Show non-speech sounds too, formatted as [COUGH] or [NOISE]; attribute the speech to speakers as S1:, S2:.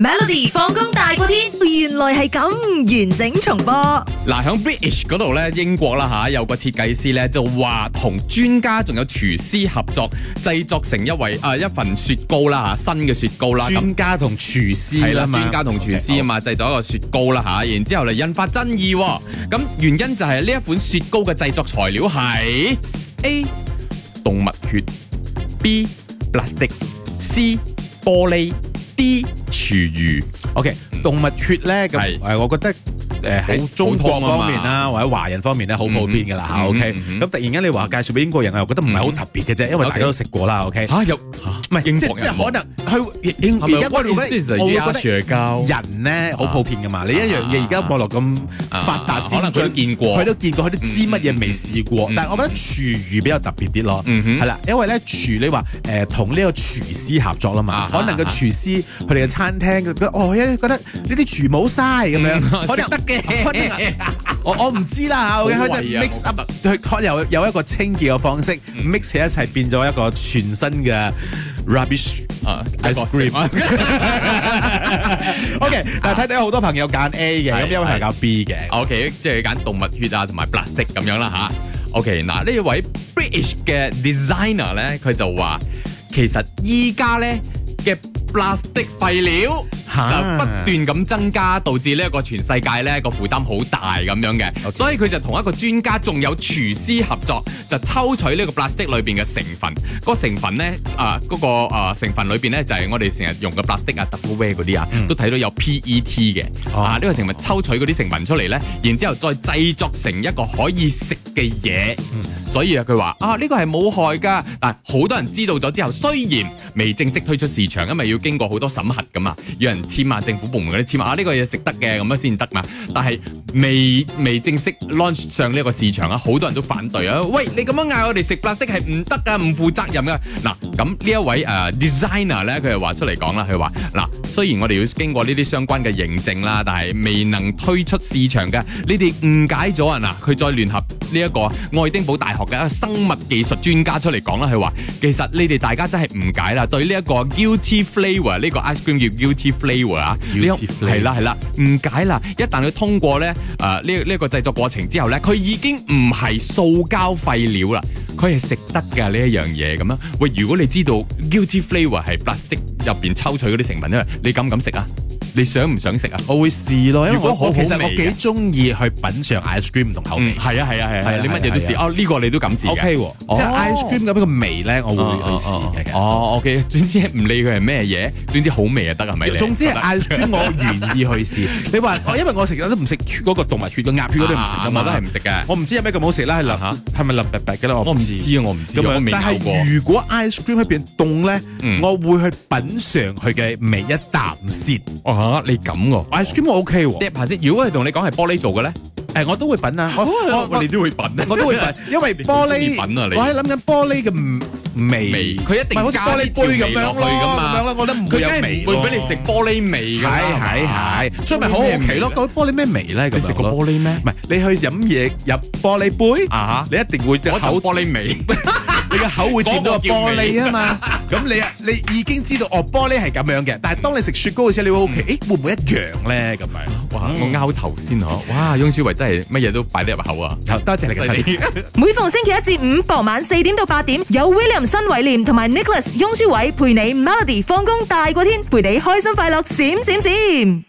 S1: Melody 放工大過天，原來係咁完整重播。
S2: 嗱，喺 British 嗰度咧，英國啦吓，有個設計師咧就話同專家仲有廚師合作，製作成一位啊、一份雪糕啦吓，新嘅雪糕啦。咁
S3: 專家同廚
S2: 係
S3: 師
S2: 啦
S3: 啦，嘛，
S2: 專家同廚師啊嘛，製作一個雪糕啦吓，然之後嚟引發爭議喎。咁原因就係呢一款雪糕嘅製作材料係 A 動物血，B plastic，C 玻璃，D 廚餘。
S3: OK，動物血咧
S2: 嗯係
S3: 咁誒，我覺得。誒
S2: 好
S3: 喺中國
S2: 普通啊嘛
S3: 方面啦，或者華人方面咧，好普遍㗎
S2: 嗯
S3: 啦嚇
S2: 哼
S3: OK，
S2: 嗯哼
S3: 咁突然間你話介紹俾英國人，我又覺得唔係好特別嘅啫，因為
S2: OK
S3: 大家都食過啦。OK，
S2: 嚇有
S3: 唔係
S2: 英
S3: 即
S2: 國
S3: 即
S2: 人
S3: 可能佢英
S2: 係咪
S3: 而家我
S2: What is
S3: 會覺
S2: this？
S3: 得我會覺
S2: 鴨
S3: 得
S2: 血糕
S3: 人咧好普遍㗎嘛。你一樣嘢而家網絡咁發達
S2: 啊
S3: 先進，
S2: 可能佢都見過
S3: 佢都見過，佢都知乜嘢未試過
S2: 嗯。
S3: 但係我覺得廚餘比較特別啲咯，
S2: 嗯哼
S3: 係啦，因為咧廚你話誒同呢個廚師合作啦嘛
S2: 啊，
S3: 可能個
S2: 啊
S3: 廚師佢哋嘅餐廳覺得哦，因為覺得呢啲廚冇嘥咁樣，可
S2: 嗯
S3: 能
S2: 食得嘅
S3: 可能啊我我唔知啦嚇，OK，
S2: 好
S3: 佢
S2: 為啊
S3: 就 mix
S2: 我
S3: up，佢可能有有一個清潔嘅方式，mix
S2: 嗯
S3: 起一齊變咗一個全新嘅 rubbish。
S2: 啊
S3: Ice cream OK，但係睇睇好多朋友揀 A 嘅，
S2: 啊係哦
S3: 咁有朋友揀 B 嘅。
S2: O K，即係揀動物血啊，同埋 plastic 咁樣啦吓 O K，嗱呢位 British 嘅 designer 咧，佢就話其實依家咧嘅 plastic 廢料。就
S3: 嚇
S2: 不斷咁增加，導致呢一個全世界呢個負擔好大咁樣嘅
S3: OK
S2: 所以佢就同一個專家仲有廚師合作，就抽取呢個 plastic 裏邊嘅成分。個成分呢，啊、嗰、個、啊成分裏邊呢，就係、我哋成日用嘅 plastic 啊、Tupperware 嗰啲啊，都睇到有 PET 嘅、
S3: 嗯哦
S2: 啊呢、個成分抽取嗰啲成分出嚟呢，然之後再製作成一個可以食嘅嘢。
S3: 嗯
S2: 所以啊，佢話啊呢個係冇害㗎，但好多人知道咗之後，雖然未正式推出市場，因為要經過好多審核㗎嘛，有人簽啊，政府部門嗰啲簽啊，啊呢個嘢食得嘅咁樣先得嘛。但係未未正式 launch 上呢個市場啊，好多人都反對啊。喂，你咁樣嗌我哋食 plastic 係唔得㗎，唔負責任㗎。嗱，咁呢一位誒、呃 designer 咧，佢係話出嚟講啦，佢話嗱，雖然我哋要經過呢啲相關嘅認證啦，但係未能推出市場嘅，你哋誤解咗啊！嗱，佢再聯合呢一個愛丁堡大學嘅一個生物技術專家出嚟講啦，佢話其實你哋大家真係誤解啦，對呢一個 guilty flavour 呢個 ice cream 叫 guilty flavour 啊，呢個
S3: Guilty flavour
S2: 係啦係啦，誤解啦！一旦佢通過咧誒呢呢一個製作過程之後咧，佢已經唔係塑膠廢料啦。佢係食得㗎呢一樣嘢咁樣。喂，如果你知道 guilty flavour 係 plastic 入邊抽取嗰啲成分咧，你敢唔敢食啊？你想唔想食啊？
S3: 我會試咯，因為
S2: 如果
S3: 我
S2: 好好
S3: 我其實我
S2: 味嘅
S3: 幾中意去品嚐 ice cream 唔同口
S2: 嗯，
S3: 味。
S2: 係啊，係啊，係啊，
S3: 係
S2: 係
S3: 啊
S2: 啊，你乜嘢都試
S3: 係啊
S2: 哦，呢個你都敢試嘅
S3: OK 喎，即係
S2: 哦嗯
S3: ice cream 咁樣嘅味咧，我會去試嘅。其實
S2: 哦，OK，總之唔理佢係咩嘢，總之好味就得係咪？
S3: 總之係
S2: 係
S3: ice cream，我
S2: [LAUGHS]
S3: 願意去試。你話我因為我食我都唔食血嗰個動物血嘅鴨血嗰啲唔食㗎嘛，
S2: 我都係唔食嘅。
S3: 我唔知有咩咁好食啦，係
S2: 啊哈
S3: 淋係咪淋白白嘅咧？
S2: 我唔知啊，我唔知啊，
S3: 咁
S2: 我
S3: 樣
S2: 未
S3: 但
S2: 咬過。
S3: 係如果 ice cream 喺邊凍咧，
S2: 嗯
S3: 我會去品嚐佢嘅味一啖先。
S2: 啊，你咁喎
S3: ice cream 我 OK 喎，
S2: ？Dip 下先。如果佢同你講係玻璃做嘅咧，
S3: 誒我都會品啊，我我
S2: 我
S3: 我
S2: 你都會品啊。
S3: 我都會品，因為玻
S2: 你
S3: 璃
S2: 中意品啊你
S3: 我喺諗緊玻璃嘅味
S2: 味，，佢一定
S3: 唔係好似
S2: 加
S3: 玻璃
S2: 啲調味
S3: 杯咁樣
S2: 落去㗎
S3: 咯，
S2: 嘛
S3: 咁樣咯，我覺得唔會有
S2: 佢梗係
S3: 味
S2: 唔
S3: 咯
S2: 會俾你食。玻璃味㗎啦。
S3: 係係係，所以咪好好奇咯，
S2: 咁
S3: 嗰玻璃咩味咧？咁樣咯
S2: 你食過玻璃咩
S3: 唔係，你去飲嘢入玻璃杯，
S2: 啊
S3: 你一定會
S2: 嚇，
S3: 個
S2: 我
S3: 口
S2: 口玻璃味。
S3: 你嘅口會掂到個玻璃啊嘛， [LAUGHS] 咁你啊，你已經知道哦，玻璃係咁樣嘅。但係當你食雪糕嘅時候，你會好奇，誒會唔會一樣咧？咁樣，
S2: 哇！我拗頭先嗬，哇！翁小維真係乜嘢都擺得入口啊！
S3: 好多謝你嘅分享。
S1: 每逢星期一至五傍晚四點到八點，有 William 新偉廉同埋 Nicholas 雍舒偉陪你 Melody 放工大過天，陪你開心快樂閃閃閃。